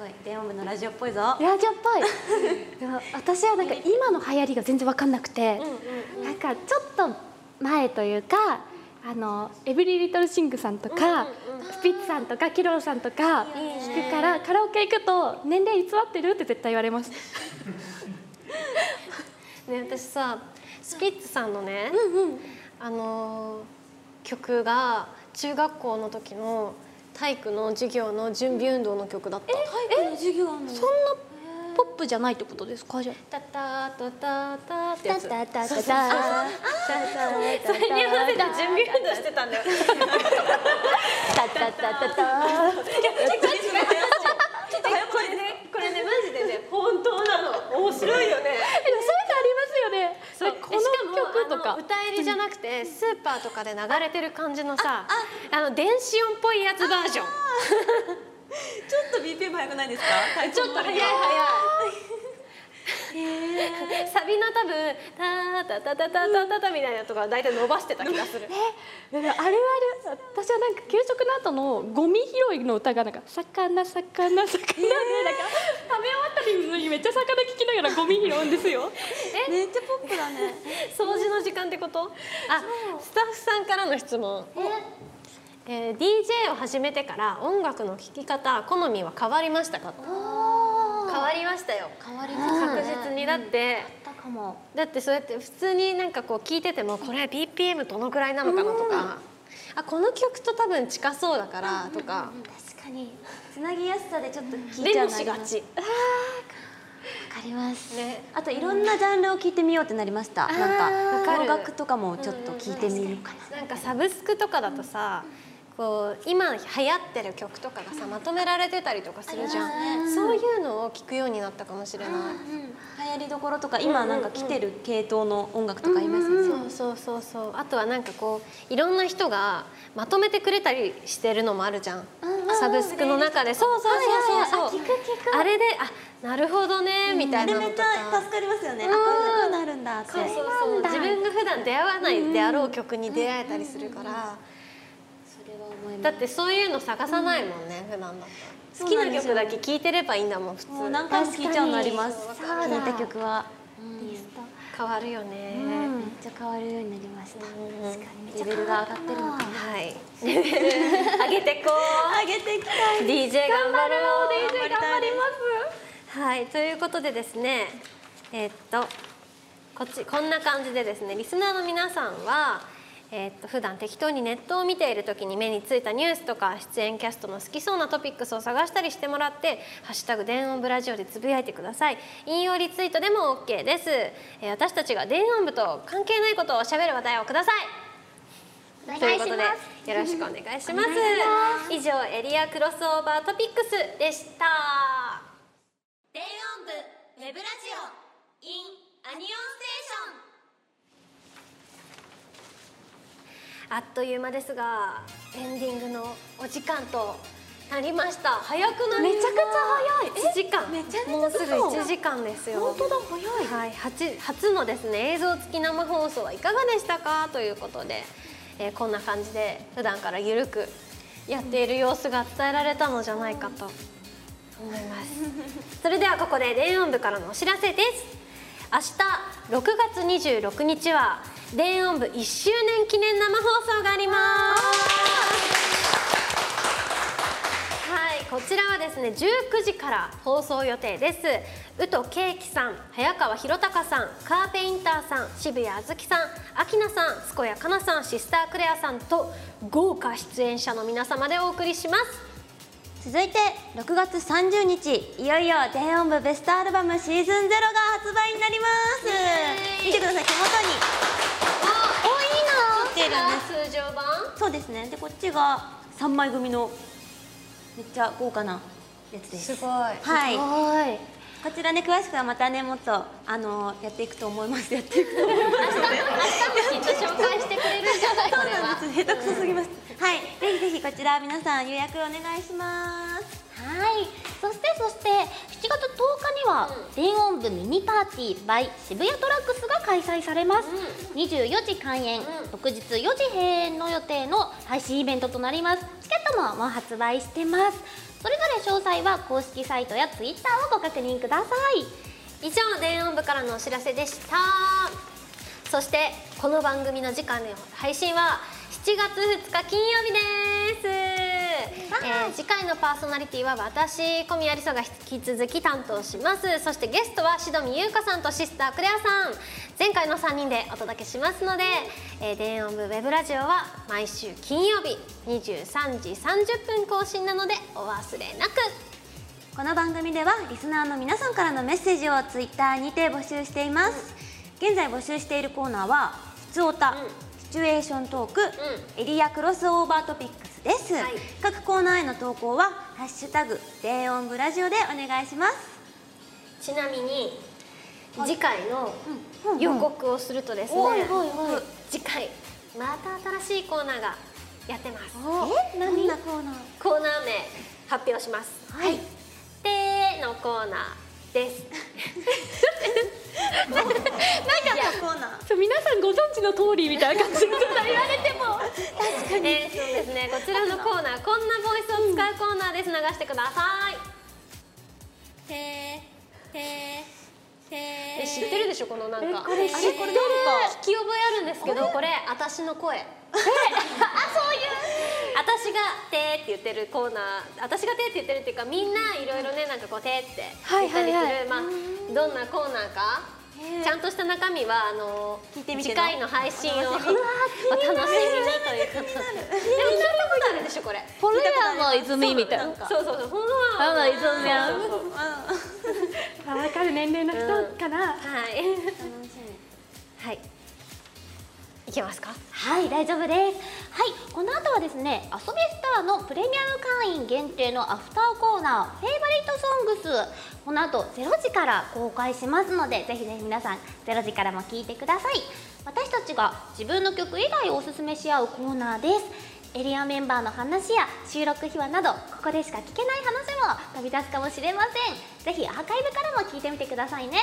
ごい電音部のラジオっぽいぞラジオっぽいでも私はなんか今の流行りが全然わかんなくて、なんかちょっと前というかあのエブリリトルシングさんとか、スピッツさんとかキロロさんとか聞くからカラオケ行くと年齢偽ってるって絶対言われますね私さスピッツさんのね、あのー曲が中学校の時の体育の授業の準備運動の曲だった。え授業のそんなポップじゃないってことですかじゃタタタタタってやつ。タタタタそれに合わせて準備運動してたんだよ。タタタタタこれねこれねマジでね本当なの面白えでもそういいよね。うのありますよねこの曲とあかの歌入りじゃなくてスーパーとかで流れてる感じのさあの電子音っぽいやつバージョンちょっと BPM 早くないですかちょっと早い早いサビの多分「タタタタタタタタ」みたいなとこは大体伸ばしてた気がするでもあるある私はなんか給食の後のゴミ拾いの歌がなんか「魚魚魚」でなんか食べ終わったのにめっちゃ魚聞きながらゴミ拾うんですよめっちゃポップだね 掃除の時間ってことあスタッフさんからの質問えー DJ を始めてから音楽の聴き方好みは変わりましたか変わりましたよ変わり確実にだって、たかもだってそうやって普通になんかこう聞いててもこれ BPM どのくらいなのかなとか、あこの曲と多分近そうだからとか、確かにつなぎやすさでちょっと聞いちでもゃうのあしりがますちわかりますねあといろんなジャンルを聞いてみようってなりましたなんわかかる洋楽とかもちょっと聞いてみようかななんかサブスクとかだとさ、こう今流行ってる曲とかがさまとめられてたりとかするじゃん、そういうのを聞くようになったかもしれない、流行りどころとか今なんか来てる系統の音楽とかいますよねそうそうそうそうあとはなんかこういろんな人がまとめてくれたりしてるのもあるじゃん、サブスクの中でそうそうそうそうそう、あれであなるほどねみたあいれなのめっとちか、ゃ助かりますよねあこういう風になるんだってそうそうそう自分が普段出会わないであろう曲に出会えたりするから、だってそういうの探さないもんね、普段だと好きな曲だけ聴いてればいいんだもん普通もう何回も聞いちゃうのあります確かに聞いた曲は変わるよね、めっちゃ変わるようになりました確かにレベルが上がってるのかなはい 上げてこう上げていきたい DJ 頑張ろう DJ 頑張りますはいということでですねえーっとこっちこんな感じでですねリスナーの皆さんはえーっと普段適当にネットを見ている時に目についたニュースとか出演キャストの好きそうなトピックスを探したりしてもらって「ハッシュタグ電音部ラジオ」でつぶやいてください引用リツイートでも OK です、えー私たちが電音部と関係ないことをしゃべる話題をくださいお願いというしことでますよろしくお願いします以上エリアクロスオーバートピックスでした電音部ウェブラジオ in アニオンステーションあっという間ですがエンディングのお時間となりました早くないめちゃくちゃ早い1時間もうすぐ1時間ですよ本当だ早いはい初初のですね映像付き生放送はいかがでしたかということで、えーこんな感じで普段からゆるくやっている様子が伝えられたのじゃないかと思います それではここで電音部からのお知らせです明日6月26日は電音部1周年記念生放送がありますはいこちらはですね19時から放送予定です宇都圭樹さん早川博隆さんカーペインターさん渋谷あずきさん明菜さん健やかなさんシスタークレアさんと豪華出演者の皆様でお送りします続いて6月30日いよいよ全音部ベストアルバムシーズン0が発売になります見てください手元にあ、いいな通常版そうですねでこっちが3枚組のめっちゃ豪華なやつですごいはいはい。こちらね詳しくはまたねもっとあのやっていくと思いますや っていくと思います明日もきっと紹介してくれるんじゃないこれ は下手くそすぎますはいぜひぜひこちら皆さん予約お願いしますはい、そしてそして7月10日には、電音部ミニパーティー by 渋谷トラックスが開催されます、24時開演、翌日4時閉園の予定の配信イベントとなりますチケットももう発売してますそれぞれ詳細は公式サイトやツイッターをご確認ください以上電音部からのお知らせでしたそしてこの番組の時間の配信は7月2日金曜日です、えー次回のパーソナリティは私小宮理沙が引き続き担当しますそしてゲストはしどみゆうかさんとシスタークレアさん前回の3人でお届けしますので、えー電音部ウェブラジオは毎週金曜日23時30分更新なのでお忘れなくこの番組ではリスナーの皆さんからのメッセージをツイッターにて募集しています現在募集しているコーナーは「ふつおた」シチュエーショントーク、エリアクロスオーバートピックスです、はい各コーナーへの投稿は「ハッシュタグ低音部ラジオ」でお願いしますちなみに次回の予告をするとですね、次回また新しいコーナーがやってますえ何なコーナーコーナー名発表しますはいでーのコーナーです何だったコーナーそう皆さんご存知の通りみたいな感じで 言われても確かに、えーそうですねこちらのコーナーこんなボイスを使うコーナーです流してくださいへーへーへえ知ってるでしょこのなんかこれ知ってるあこれ聞き覚えあるんですけどこれ私の声あ そういう私が「て」って言ってるコーナー私が「て」って言ってるっていうかみんないろいろねなんかこう「て」って言ったりはする、いはいはいまあどんなコーナーかちゃんとした中身はあの聞いてみて次ね回の配信をお 楽しみにということででも聞いたことあるでしょこれフォロワーの泉みたいなそうそうそうほんのあの泉やんそうそうそう分かる年齢の人かな、はいはいいけますかはい大丈夫ですはいこの後はですね遊びスターのプレミアム会員限定のアフターコーナーフェイバリットソングスこの後0時から公開しますのでぜひぜひ皆さん0時からも聞いてください私たちが自分の曲以外をおすすめし合うコーナーですエリアメンバーの話や収録秘話などここでしか聞けない話も飛び出すかもしれませんぜひアーカイブからも聞いてみてくださいね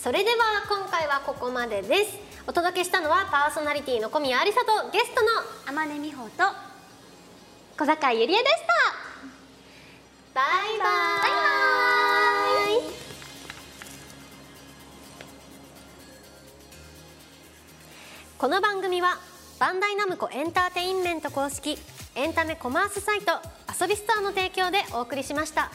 それでは今回はここまでですお届けしたのはパーソナリティの小宮ありさとゲストの天音美穂と小坂ゆりえでしたバイババイイバーイこの番組はバンダイナムコエンターテインメント公式エンタメコマースサイト遊びスターの提供でお送りしました。